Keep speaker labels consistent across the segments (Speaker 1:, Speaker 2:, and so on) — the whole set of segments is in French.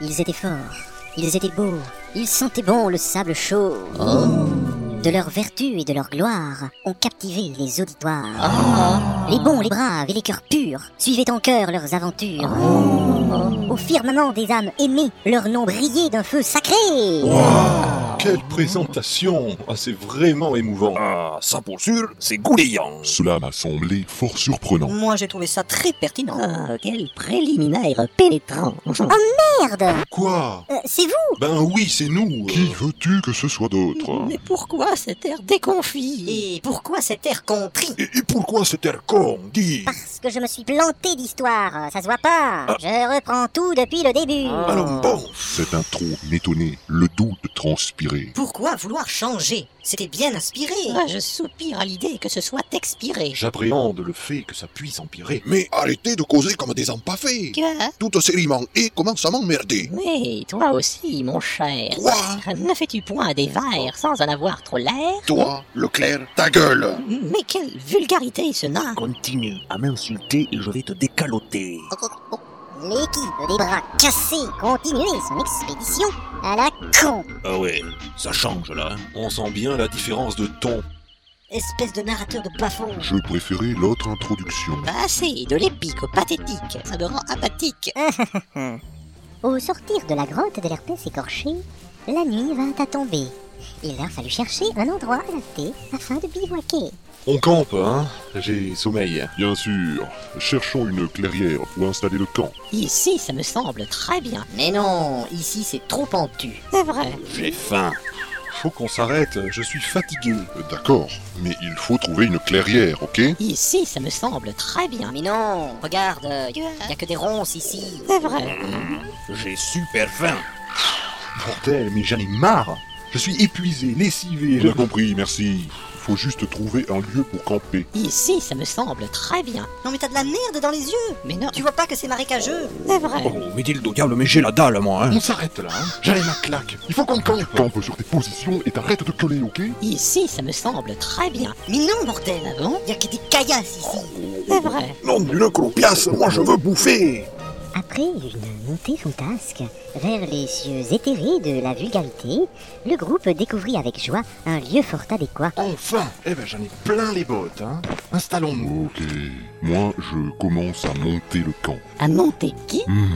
Speaker 1: Ils étaient forts, ils étaient beaux, ils sentaient bon le sable chaud. De leur vertu et de leur gloire ont captivé les auditoires. Les bons, les braves et les cœurs purs suivaient en chœur leurs aventures. Au firmament des âmes aimées, leur nom brillait d'un feu sacré.
Speaker 2: Quelle présentation Ah, c'est vraiment émouvant.
Speaker 3: Ah, ça pour sûr, c'est gouléant.
Speaker 4: Cela m'a semblé fort surprenant.
Speaker 5: Moi, j'ai trouvé ça très pertinent.
Speaker 6: Ah, quel préliminaire pénétrant.
Speaker 1: Merde
Speaker 2: Quoi
Speaker 1: Euh, C'est vous
Speaker 2: Ben oui, c'est nous.
Speaker 4: Qui veux-tu que ce soit d'autre
Speaker 6: Mais pourquoi cet air déconfit
Speaker 5: Et pourquoi cet air contrit
Speaker 2: Et, et pourquoi cet air con Dis.
Speaker 1: Parce que je me suis planté d'histoire, ça se voit pas. Je reprends tout depuis le début.
Speaker 2: Alors bon,
Speaker 4: Cette intro m'étonnait, le doute transpirait.
Speaker 5: Pourquoi vouloir changer C'était bien inspiré.
Speaker 6: Ah, Je soupire à l'idée que ce soit expiré.
Speaker 2: j'appréhende le fait que ça puisse empirer.
Speaker 7: Mais arrêtez de causer comme des empaffés.
Speaker 5: hein
Speaker 6: Que
Speaker 7: Toute série et commence à m'emmerder.
Speaker 6: Mais toi aussi, mon cher.
Speaker 7: Quoi
Speaker 6: Ne fais-tu point des vers sans en avoir trop l'air
Speaker 7: Toi, Leclerc, ta gueule
Speaker 6: Mais quelle vulgarité ce nain
Speaker 3: Continue à m'insulter et je vais te décaloter.
Speaker 1: L'équipe des bras cassés continuait son expédition à la con.
Speaker 3: Ah ouais, ça change là. hein.
Speaker 2: On sent bien la différence de ton.
Speaker 5: Espèce de narrateur de plafond.
Speaker 4: Je préférais l'autre introduction.
Speaker 6: Pas assez, de l'épique au pathétique, ça me rend apathique.
Speaker 5: Hein
Speaker 1: Au sortir de la grotte de l'herpès écorché, la nuit vint à tomber. Il leur fallut chercher un endroit adapté afin de bivouaquer.
Speaker 2: On campe, hein J'ai sommeil.
Speaker 4: Bien sûr, cherchons une clairière pour installer le camp.
Speaker 6: Ici, ça me semble très bien.
Speaker 5: Mais non, ici c'est trop pentu.
Speaker 6: C'est vrai.
Speaker 2: J'ai faim. Faut qu'on s'arrête, je suis fatigué.
Speaker 4: Euh, D'accord, mais il faut trouver une clairière, ok
Speaker 6: Ici, ça me semble très bien.
Speaker 5: Mais non, regarde, euh, y a que des ronces ici.
Speaker 6: C'est vrai.
Speaker 3: J'ai super faim.
Speaker 2: Bordel, mais j'en ai marre. Je suis épuisé, lessivé.
Speaker 4: Bien compris, merci. Faut juste trouver un lieu pour camper.
Speaker 6: Ici, ça me semble très bien.
Speaker 5: Non mais t'as de la merde dans les yeux.
Speaker 6: Mais non,
Speaker 5: Tu vois pas que c'est marécageux
Speaker 6: c'est vrai.
Speaker 3: Oh, mais dis le diable, mais j'ai la dalle, moi, hein.
Speaker 2: On s'arrête là, hein J'allais ma claque. Il faut qu'on campe.
Speaker 4: Campe sur tes positions et t'arrêtes de coller, ok
Speaker 6: Oh. Ici, ça me semble très bien.
Speaker 5: Mais non, bordel.
Speaker 6: Ah bon Oh.
Speaker 5: Y a que des caillasses ici.
Speaker 6: C'est vrai.
Speaker 7: Non, d'une croupiasse, moi je veux bouffer
Speaker 1: Après une montée fantasque vers les cieux éthérés de la vulgarité, le groupe découvrit avec joie un lieu fort adéquat.
Speaker 2: Enfin Eh ben j'en ai plein les bottes, hein Installons-nous.
Speaker 4: Ok, moi je commence à monter le camp.
Speaker 6: À monter qui
Speaker 4: Hmm,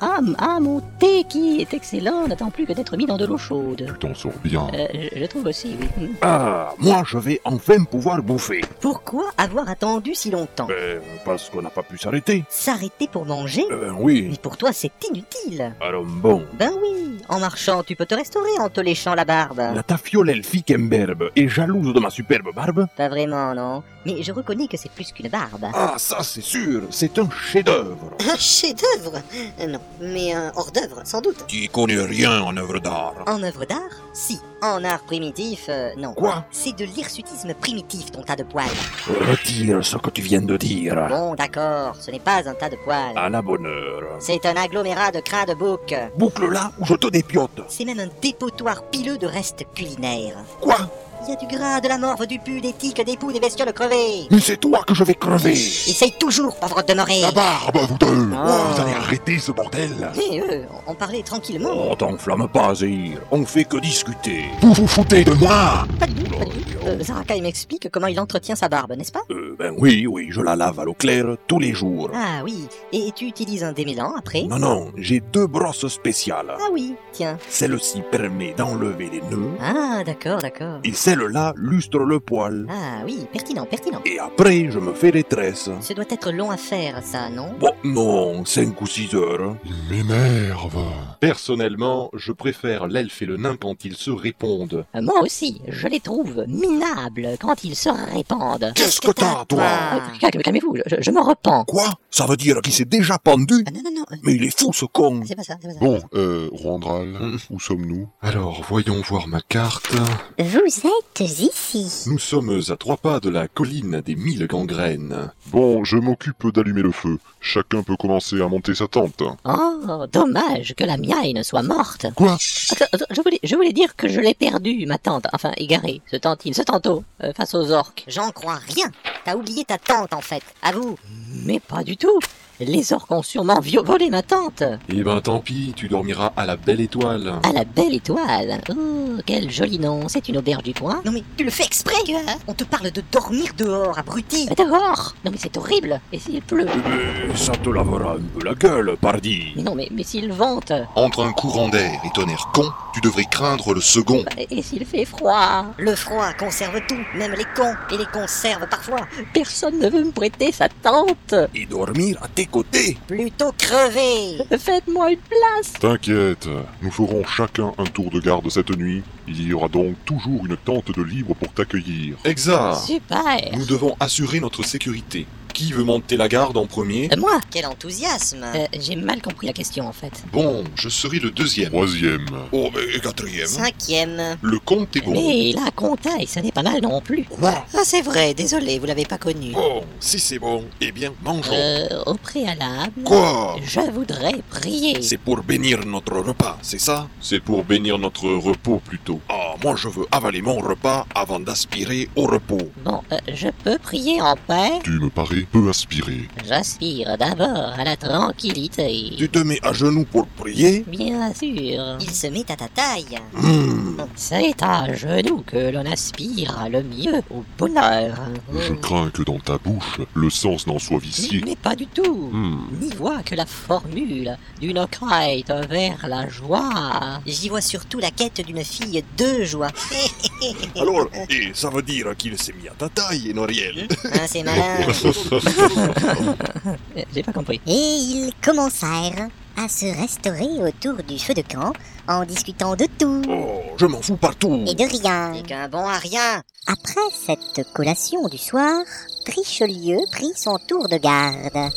Speaker 6: Ah, ah, mon thé qui est excellent n'attend plus que d'être mis dans de l'eau chaude.
Speaker 4: tu t'en sors bien.
Speaker 6: Euh, je, je trouve aussi, oui. Hmm.
Speaker 3: Ah, moi je vais enfin pouvoir bouffer.
Speaker 5: Pourquoi avoir attendu si longtemps
Speaker 3: Ben, parce qu'on n'a pas pu s'arrêter.
Speaker 5: S'arrêter pour manger
Speaker 3: Ben oui.
Speaker 5: Mais pour toi c'est inutile.
Speaker 3: Alors bon.
Speaker 5: Ben oui, en marchant tu peux te restaurer en te léchant la barbe.
Speaker 3: La tafiole elfique imberbe est jalouse de ma superbe barbe
Speaker 5: Pas vraiment, non. Mais je reconnais que c'est plus qu'une barbe.
Speaker 3: Ah, ça c'est sûr, c'est un chef-d'œuvre.
Speaker 5: Un chef-d'œuvre Euh, Non, mais un hors-d'œuvre, sans doute.
Speaker 7: Tu connais rien en œuvre d'art.
Speaker 5: En œuvre d'art Si. En art primitif, euh, non.
Speaker 3: Quoi
Speaker 5: C'est de l'hirsutisme primitif, ton tas de poils.
Speaker 3: Retire ce que tu viens de dire.
Speaker 5: Bon, d'accord, ce n'est pas un tas de poils.
Speaker 3: À la bonne heure.
Speaker 5: C'est un agglomérat de crins de bouc.
Speaker 3: Boucle là ou je te dépiote.
Speaker 5: C'est même un dépotoir pileux de restes culinaires.
Speaker 3: Quoi
Speaker 5: Il y a du gras, de la morve, du pu, des tiques, des poux, des bestioles crevées.
Speaker 3: Mais c'est toi que je vais crever.
Speaker 5: Essaye toujours, pauvre demeuré.
Speaker 4: La barbe, vous deux
Speaker 5: Ah.
Speaker 4: Vous allez arrêter ce bordel
Speaker 5: Mais eux, on parlait euh, tranquillement.
Speaker 3: Oh, t'enflamme pas, Zéhir. On fait que discuter.
Speaker 4: Vous vous foutez de moi
Speaker 5: Pas de doute, pas de doute. Euh, Zarakaï m'explique comment il entretient sa barbe, n'est-ce pas
Speaker 3: Euh, ben oui, oui, je la lave à l'eau claire tous les jours.
Speaker 5: Ah oui, et tu utilises un démêlant après
Speaker 3: Non, non, j'ai deux brosses spéciales.
Speaker 5: Ah oui, tiens.
Speaker 3: Celle-ci permet d'enlever les nœuds
Speaker 5: Ah d'accord, d'accord.
Speaker 3: et celle-là lustre le poil.
Speaker 5: Ah oui, pertinent, pertinent.
Speaker 3: Et après, je me fais les tresses.
Speaker 5: Ce doit être long à faire, ça, non
Speaker 3: Bon, non, 5 ou 6 heures.
Speaker 4: Il m'énerve.
Speaker 2: Personnellement, je préfère l'elfe et le nain quand ils se répondent.
Speaker 6: Euh, Moi aussi, je les trouve minables quand ils se répandent.
Speaker 7: Qu'est-ce que t'as, toi
Speaker 5: Ah.
Speaker 6: Euh, calme- Calmez-vous, je, je me repens.
Speaker 7: Quoi Ça veut dire qu'il s'est déjà pendu
Speaker 6: Ah, non, non, non, euh,
Speaker 7: Mais il est fou ce con
Speaker 6: c'est pas ça, c'est pas ça.
Speaker 4: Bon, euh, Randral,
Speaker 2: Hmm.
Speaker 4: où sommes-nous
Speaker 2: Alors, voyons voir ma carte.
Speaker 1: Vous êtes ici.
Speaker 2: Nous sommes à trois pas de la colline des mille gangrènes.
Speaker 4: Bon, je m'occupe d'allumer le feu. Chacun peut commencer à monter sa tente.
Speaker 6: Oh, dommage que la mienne soit morte.
Speaker 4: Quoi
Speaker 6: Attends, attends, je voulais, je voulais dire que je l'ai perdue, ma tante. Enfin, égarée, ce tantine, ce tantôt, euh, face aux orques.
Speaker 5: J'en crois rien. T'as oublié ta tante, en fait. À vous.
Speaker 6: Mais pas du tout. Les orques ont sûrement vio- volé ma tante
Speaker 8: Eh ben tant pis, tu dormiras à la belle étoile.
Speaker 6: À la belle étoile Oh, quel joli nom C'est une auberge du coin
Speaker 5: Non mais tu le fais exprès, hein On te parle de dormir dehors, abruti
Speaker 6: Mais dehors Non mais c'est horrible Et s'il pleut
Speaker 3: Mais ça te lavera un peu la gueule, pardi.
Speaker 6: Mais non, mais, mais s'il vente
Speaker 4: Entre un courant d'air et ton air con, tu devrais craindre le second.
Speaker 6: Bah, Et et s'il fait froid
Speaker 5: Le froid conserve tout, même les cons, et les conserve parfois.
Speaker 6: Personne ne veut me prêter sa tente
Speaker 7: Et dormir à tes côtés
Speaker 5: Plutôt crever
Speaker 6: Faites-moi une place
Speaker 4: T'inquiète, nous ferons chacun un tour de garde cette nuit. Il y aura donc toujours une tente de libre pour t'accueillir. Ah.
Speaker 8: Exa
Speaker 6: Super
Speaker 8: Nous devons assurer notre sécurité. Qui veut monter la garde en premier
Speaker 6: Euh, Moi
Speaker 5: Quel enthousiasme
Speaker 6: Euh, J'ai mal compris la question en fait.
Speaker 8: Bon, je serai le deuxième.
Speaker 4: Troisième.
Speaker 8: Oh, mais quatrième
Speaker 5: Cinquième.
Speaker 8: Le compte est bon.
Speaker 6: Mais la compta, ça n'est pas mal non plus.
Speaker 5: Ah c'est vrai, désolé, vous l'avez pas connu.
Speaker 8: Bon, si c'est bon, eh bien, mangeons.
Speaker 6: Euh, au préalable,
Speaker 8: Quoi
Speaker 6: je voudrais prier.
Speaker 7: C'est pour bénir notre repas, c'est ça
Speaker 8: C'est pour bénir notre repos plutôt.
Speaker 7: Ah, moi je veux avaler mon repas avant d'aspirer au repos.
Speaker 6: Bon, euh, je peux prier en paix
Speaker 4: Tu me parais peu inspiré.
Speaker 6: J'aspire d'abord à la tranquillité.
Speaker 7: Tu te mets à genoux pour prier
Speaker 6: Bien sûr.
Speaker 5: Il se met à ta taille.
Speaker 7: Hmm,
Speaker 6: C'est à genoux que l'on aspire le mieux au bonheur.
Speaker 4: Je
Speaker 6: Oh.
Speaker 4: crains que dans ta bouche, le sens n'en soit vicié.
Speaker 6: Mais pas du tout.
Speaker 4: Hmm.
Speaker 6: N'y vois que la formule d'une crête vers la joie.
Speaker 5: J'y vois surtout la quête d'une fille de joie.
Speaker 7: Alors, et ça veut dire qu'il s'est mis à ta taille, Noriel
Speaker 5: Hein, c'est malin.
Speaker 6: Euh, J'ai pas compris.
Speaker 1: Et ils commencèrent à se restaurer autour du feu de camp en discutant de tout
Speaker 7: Oh, je m'en fous partout
Speaker 1: et de rien.
Speaker 5: C'est qu'un bon à rien.
Speaker 1: Après cette collation du soir, Richelieu prit son tour de garde.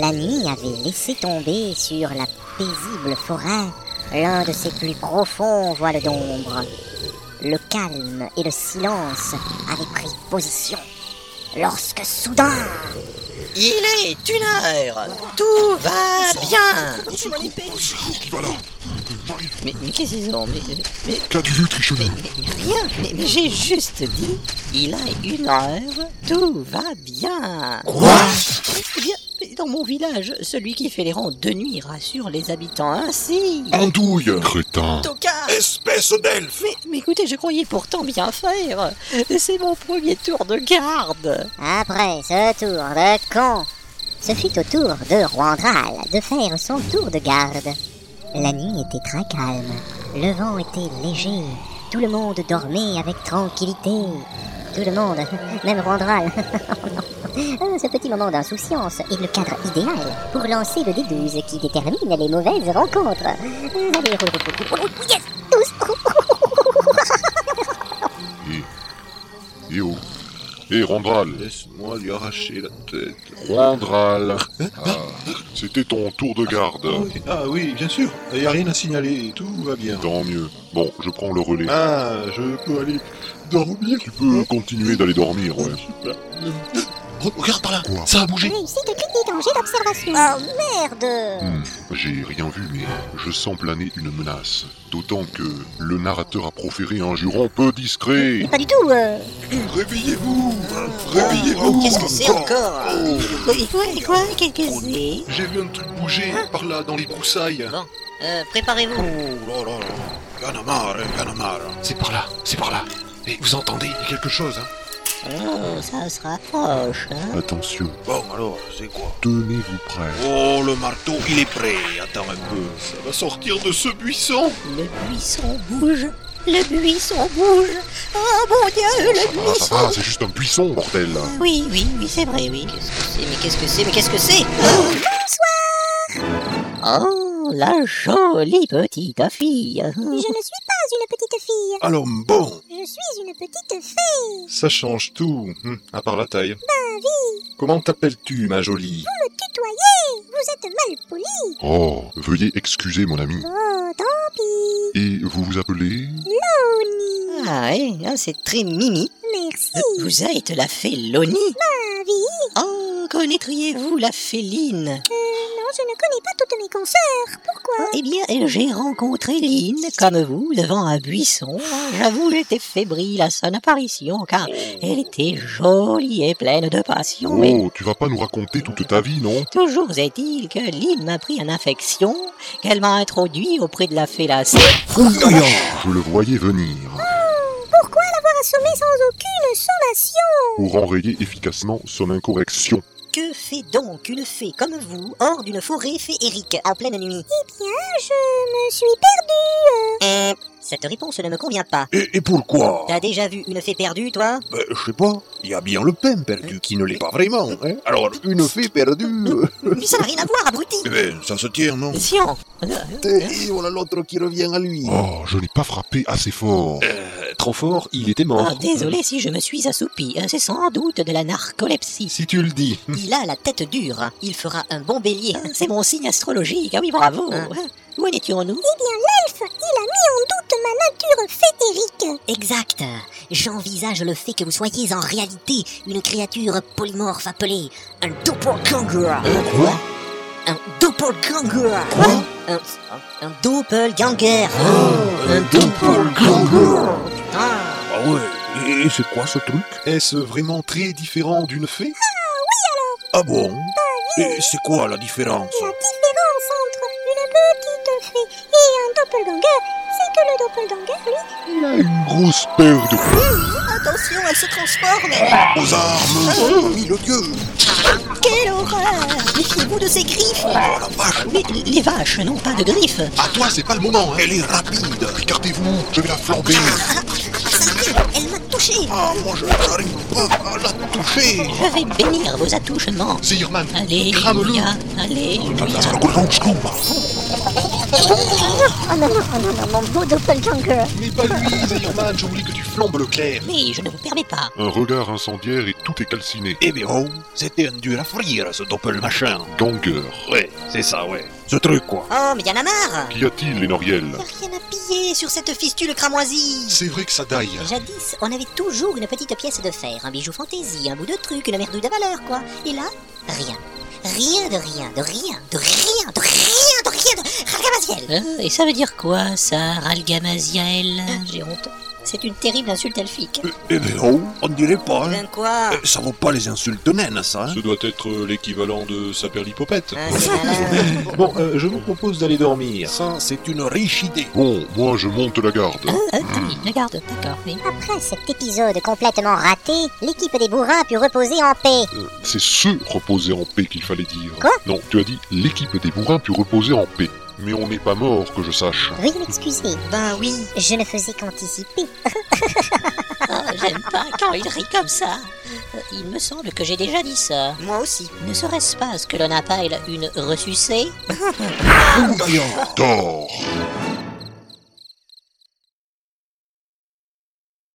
Speaker 1: La nuit avait laissé tomber sur la paisible forêt l'un de ses plus profonds voiles d'ombre. Le calme et le silence avaient pris position. Lorsque soudain,
Speaker 5: Il est une heure. Tout va bien.
Speaker 6: Mais, mais qu'est-ce qu'ils ont mais, mais-
Speaker 4: Qu'as-tu vu, Trichelieu
Speaker 6: mais rien Mais, mais j'ai juste dit, il a une heure, tout va bien
Speaker 7: Quoi
Speaker 6: Eh bien, mais dans mon village, celui qui fait les rangs de nuit rassure les habitants ainsi
Speaker 7: Andouille
Speaker 4: Crétin.
Speaker 6: Tocard
Speaker 7: Espèce d'elfe
Speaker 6: mais, mais écoutez, je croyais pourtant bien faire C'est mon premier tour de garde
Speaker 1: après ce tour de camp, ce fut au tour de Rwandral de faire son tour de garde. La nuit était très calme, le vent était léger, tout le monde dormait avec tranquillité. Tout le monde, même Rwandral. ce petit moment d'insouciance est le cadre idéal pour lancer le D12 qui détermine les mauvaises rencontres. Allez, roule, roule, roule, roule, roule, yes, tous.
Speaker 4: Eh oh. Eh, Randral.
Speaker 8: Laisse-moi lui arracher la tête.
Speaker 4: Randral. Ah, C'était ton tour de garde.
Speaker 8: Ah oui, bien sûr. Il n'y a rien à signaler. Tout va bien.
Speaker 4: Tant mieux. Bon, je prends le relais.
Speaker 8: Ah, je peux aller dormir.
Speaker 4: Tu peux continuer d'aller dormir, ouais.
Speaker 8: Regarde par là.
Speaker 4: Quoi
Speaker 8: Ça a bougé.
Speaker 1: Réussite critique en jet d'observation. Oh merde
Speaker 4: Hmm, J'ai rien vu, mais je sens planer une menace. D'autant que le narrateur a proféré un juron peu discret.
Speaker 1: Pas du tout euh.
Speaker 8: Réveillez-vous. Réveillez-vous.
Speaker 5: Qu'est-ce que c'est encore
Speaker 6: Quoi, quoi Qu'est-ce que c'est
Speaker 8: J'ai vu un truc bouger par là dans les broussailles.
Speaker 5: Euh, préparez-vous.
Speaker 7: Oh là là là. Y'en a marre, hein, y'en a marre.
Speaker 8: C'est par là. C'est par là. Et vous entendez Il y a quelque chose. Hein
Speaker 6: Oh, ça se rapproche, hein
Speaker 4: Attention,
Speaker 7: Bon alors, c'est quoi
Speaker 4: tenez-vous prêts.
Speaker 7: Oh, le marteau, il est prêt. Attends un peu.
Speaker 8: Ça va sortir de ce buisson.
Speaker 6: Le buisson bouge Le buisson bouge Oh mon dieu, le
Speaker 4: Ah, ça va, c'est juste un buisson, bordel.
Speaker 6: Oui, oui, oui, c'est vrai, oui.
Speaker 5: C'est- Mais qu'est-ce que c'est Mais qu'est-ce que c'est
Speaker 6: Oh, la jolie petite fille
Speaker 1: Je ne suis pas une petite fille,
Speaker 7: Alors bon,
Speaker 1: je suis une petite fée.
Speaker 8: Ça change tout. Hum, à part la taille. Comment t'appelles-tu, ma jolie
Speaker 1: Tutoyez, vous êtes mal poli.
Speaker 4: Oh, veuillez excuser mon ami.
Speaker 1: Oh, tant pis.
Speaker 4: Et vous vous appelez
Speaker 6: Ah, eh, ah, c'est très mimi.
Speaker 1: Merci,
Speaker 6: Vous êtes la félonie
Speaker 1: Mavi.
Speaker 6: Oh, connaîtriez-vous la féline
Speaker 1: Non, je ne connais pas toutes mes consoeurs. Pourquoi quoi
Speaker 6: Eh bien, euh, j'ai rencontré Lynn, comme vous, devant un buisson. J'avoue, j'étais fébrile à son apparition, car elle était jolie et pleine de passion. Mais
Speaker 4: Oh, tu vas pas nous raconter toute ta vie, non
Speaker 6: toujours est-il que Lynn m'a pris une infection, qu'elle m'a introduit auprès de la fellation.
Speaker 4: Je le voyais venir.
Speaker 1: Ah, Pourquoi l'avoir assommé sans aucune sommation
Speaker 4: Pour enrayer efficacement son incorrection.
Speaker 6: Que fait donc une fée comme vous, hors d'une forêt féerique, en pleine nuit
Speaker 1: Je me suis perdue
Speaker 6: Euh, Cette réponse ne me convient pas.
Speaker 7: Et, et pourquoi
Speaker 6: T'as déjà vu une fée perdue, toi
Speaker 7: ben, Je sais pas, il y a bien le pain perdu qui ne l'est pas vraiment. Hein Alors, une fée perdue. euh,
Speaker 6: Mais ça n'a rien à voir, abruti
Speaker 7: eh ben, ça se tient, non
Speaker 6: Patient
Speaker 7: Et voilà l'autre qui revient à lui.
Speaker 4: Oh, je n'ai pas frappé assez fort.
Speaker 8: Trop fort, il était mort.
Speaker 6: Ah, désolé si je me suis assoupi, Euh, c'est sans doute de la narcolepsie.
Speaker 8: Si tu le dis.
Speaker 6: Il a la tête dure, il fera un bon bélier, Hein, c'est mon signe astrologique, ah oui bravo Hein, Où en étions-nous
Speaker 1: Nature féerique
Speaker 6: Exact J'envisage le fait que vous soyez en réalité une créature polymorphe appelée un doppelganger
Speaker 4: Quoi
Speaker 6: Un doppelganger Quoi un, un doppelganger Oh, Un Ah
Speaker 7: Ah ouais, et, et c'est quoi ce truc
Speaker 8: Est-ce vraiment très différent d'une fée
Speaker 7: Ah bon Et c'est quoi la différence
Speaker 1: La différence entre une petite fée et un doppelganger, c'est que le doppelganger, lui,
Speaker 4: Il a une grosse paire de...
Speaker 6: Attention, elle se transforme
Speaker 7: Aux armes Oh, le dieu
Speaker 6: Quelle horreur Méfiez-vous de ces griffes
Speaker 7: Oh la vache
Speaker 6: Mais les vaches n'ont pas de griffes
Speaker 7: À toi, c'est pas le moment, hein. elle est rapide
Speaker 4: Écartez-vous, je vais la flamber.
Speaker 1: Ah.
Speaker 6: Elle m'a touché
Speaker 7: Ah, moi, je n'arrive pas à la toucher
Speaker 6: Je vais bénir vos attouchements
Speaker 4: C'est Irman.
Speaker 6: Allez, Alléluia Alléluia
Speaker 1: Oh non, non, non, non, mon beau doppelganger
Speaker 8: Mais pas lui, Zeyerman, je voulais que tu flambes le clair.
Speaker 6: Mais je ne vous permets pas
Speaker 4: Un regard incendiaire et tout est calciné.
Speaker 7: Eh bien, oh, c'était un dur à frire, ce doppel machin
Speaker 4: Gangueur.
Speaker 7: Ouais, c'est ça, ouais. Ce truc, quoi.
Speaker 6: Oh, mais y'en a marre
Speaker 4: Qu'y a-t-il, les Noriel
Speaker 6: Y a rien à piller sur cette fistule cramoisie
Speaker 8: C'est vrai que ça daille.
Speaker 6: Jadis, on avait toujours une petite pièce de fer, un bijou fantaisie, un bout de truc, une merdouille de valeur, quoi. Et là, rien. Rien de rien, de rien, de rien, de rien, de rien, de Ralgamaziel Euh, Et ça veut dire quoi, ça, Ralgamaziel J'ai honte. C'est une terrible insulte elfique.
Speaker 7: Eh, eh bien, oh, on dirait pas, hein.
Speaker 6: quoi
Speaker 7: Eh, Ça vaut pas les insultes naines, ça, hein.
Speaker 8: Ce doit être l'équivalent de sa perlipopette.
Speaker 6: Ah, malin.
Speaker 8: Bon, euh, je vous propose d'aller dormir.
Speaker 7: Ça, c'est une riche idée.
Speaker 4: Bon, moi je monte la
Speaker 1: Ah.
Speaker 6: Euh,
Speaker 4: garde.
Speaker 6: Regarde, d'accord, oui.
Speaker 1: Après cet épisode complètement raté, l'équipe des bourrins put reposer en paix.
Speaker 4: Euh, C'est se reposer en paix qu'il fallait dire.
Speaker 1: Quoi
Speaker 4: non, tu as dit l'équipe des bourrins put reposer en paix. Mais on n'est pas mort que je sache.
Speaker 1: Veuillez m'excuser,
Speaker 6: Ben oui,
Speaker 1: je ne faisais qu'anticiper.
Speaker 6: Ah, j'aime pas quand il rit comme ça. Euh, Il me semble que j'ai déjà dit ça. Moi aussi. Ne serait-ce
Speaker 7: oh.
Speaker 6: pas ce que l'on appelle une ressucée
Speaker 4: Dors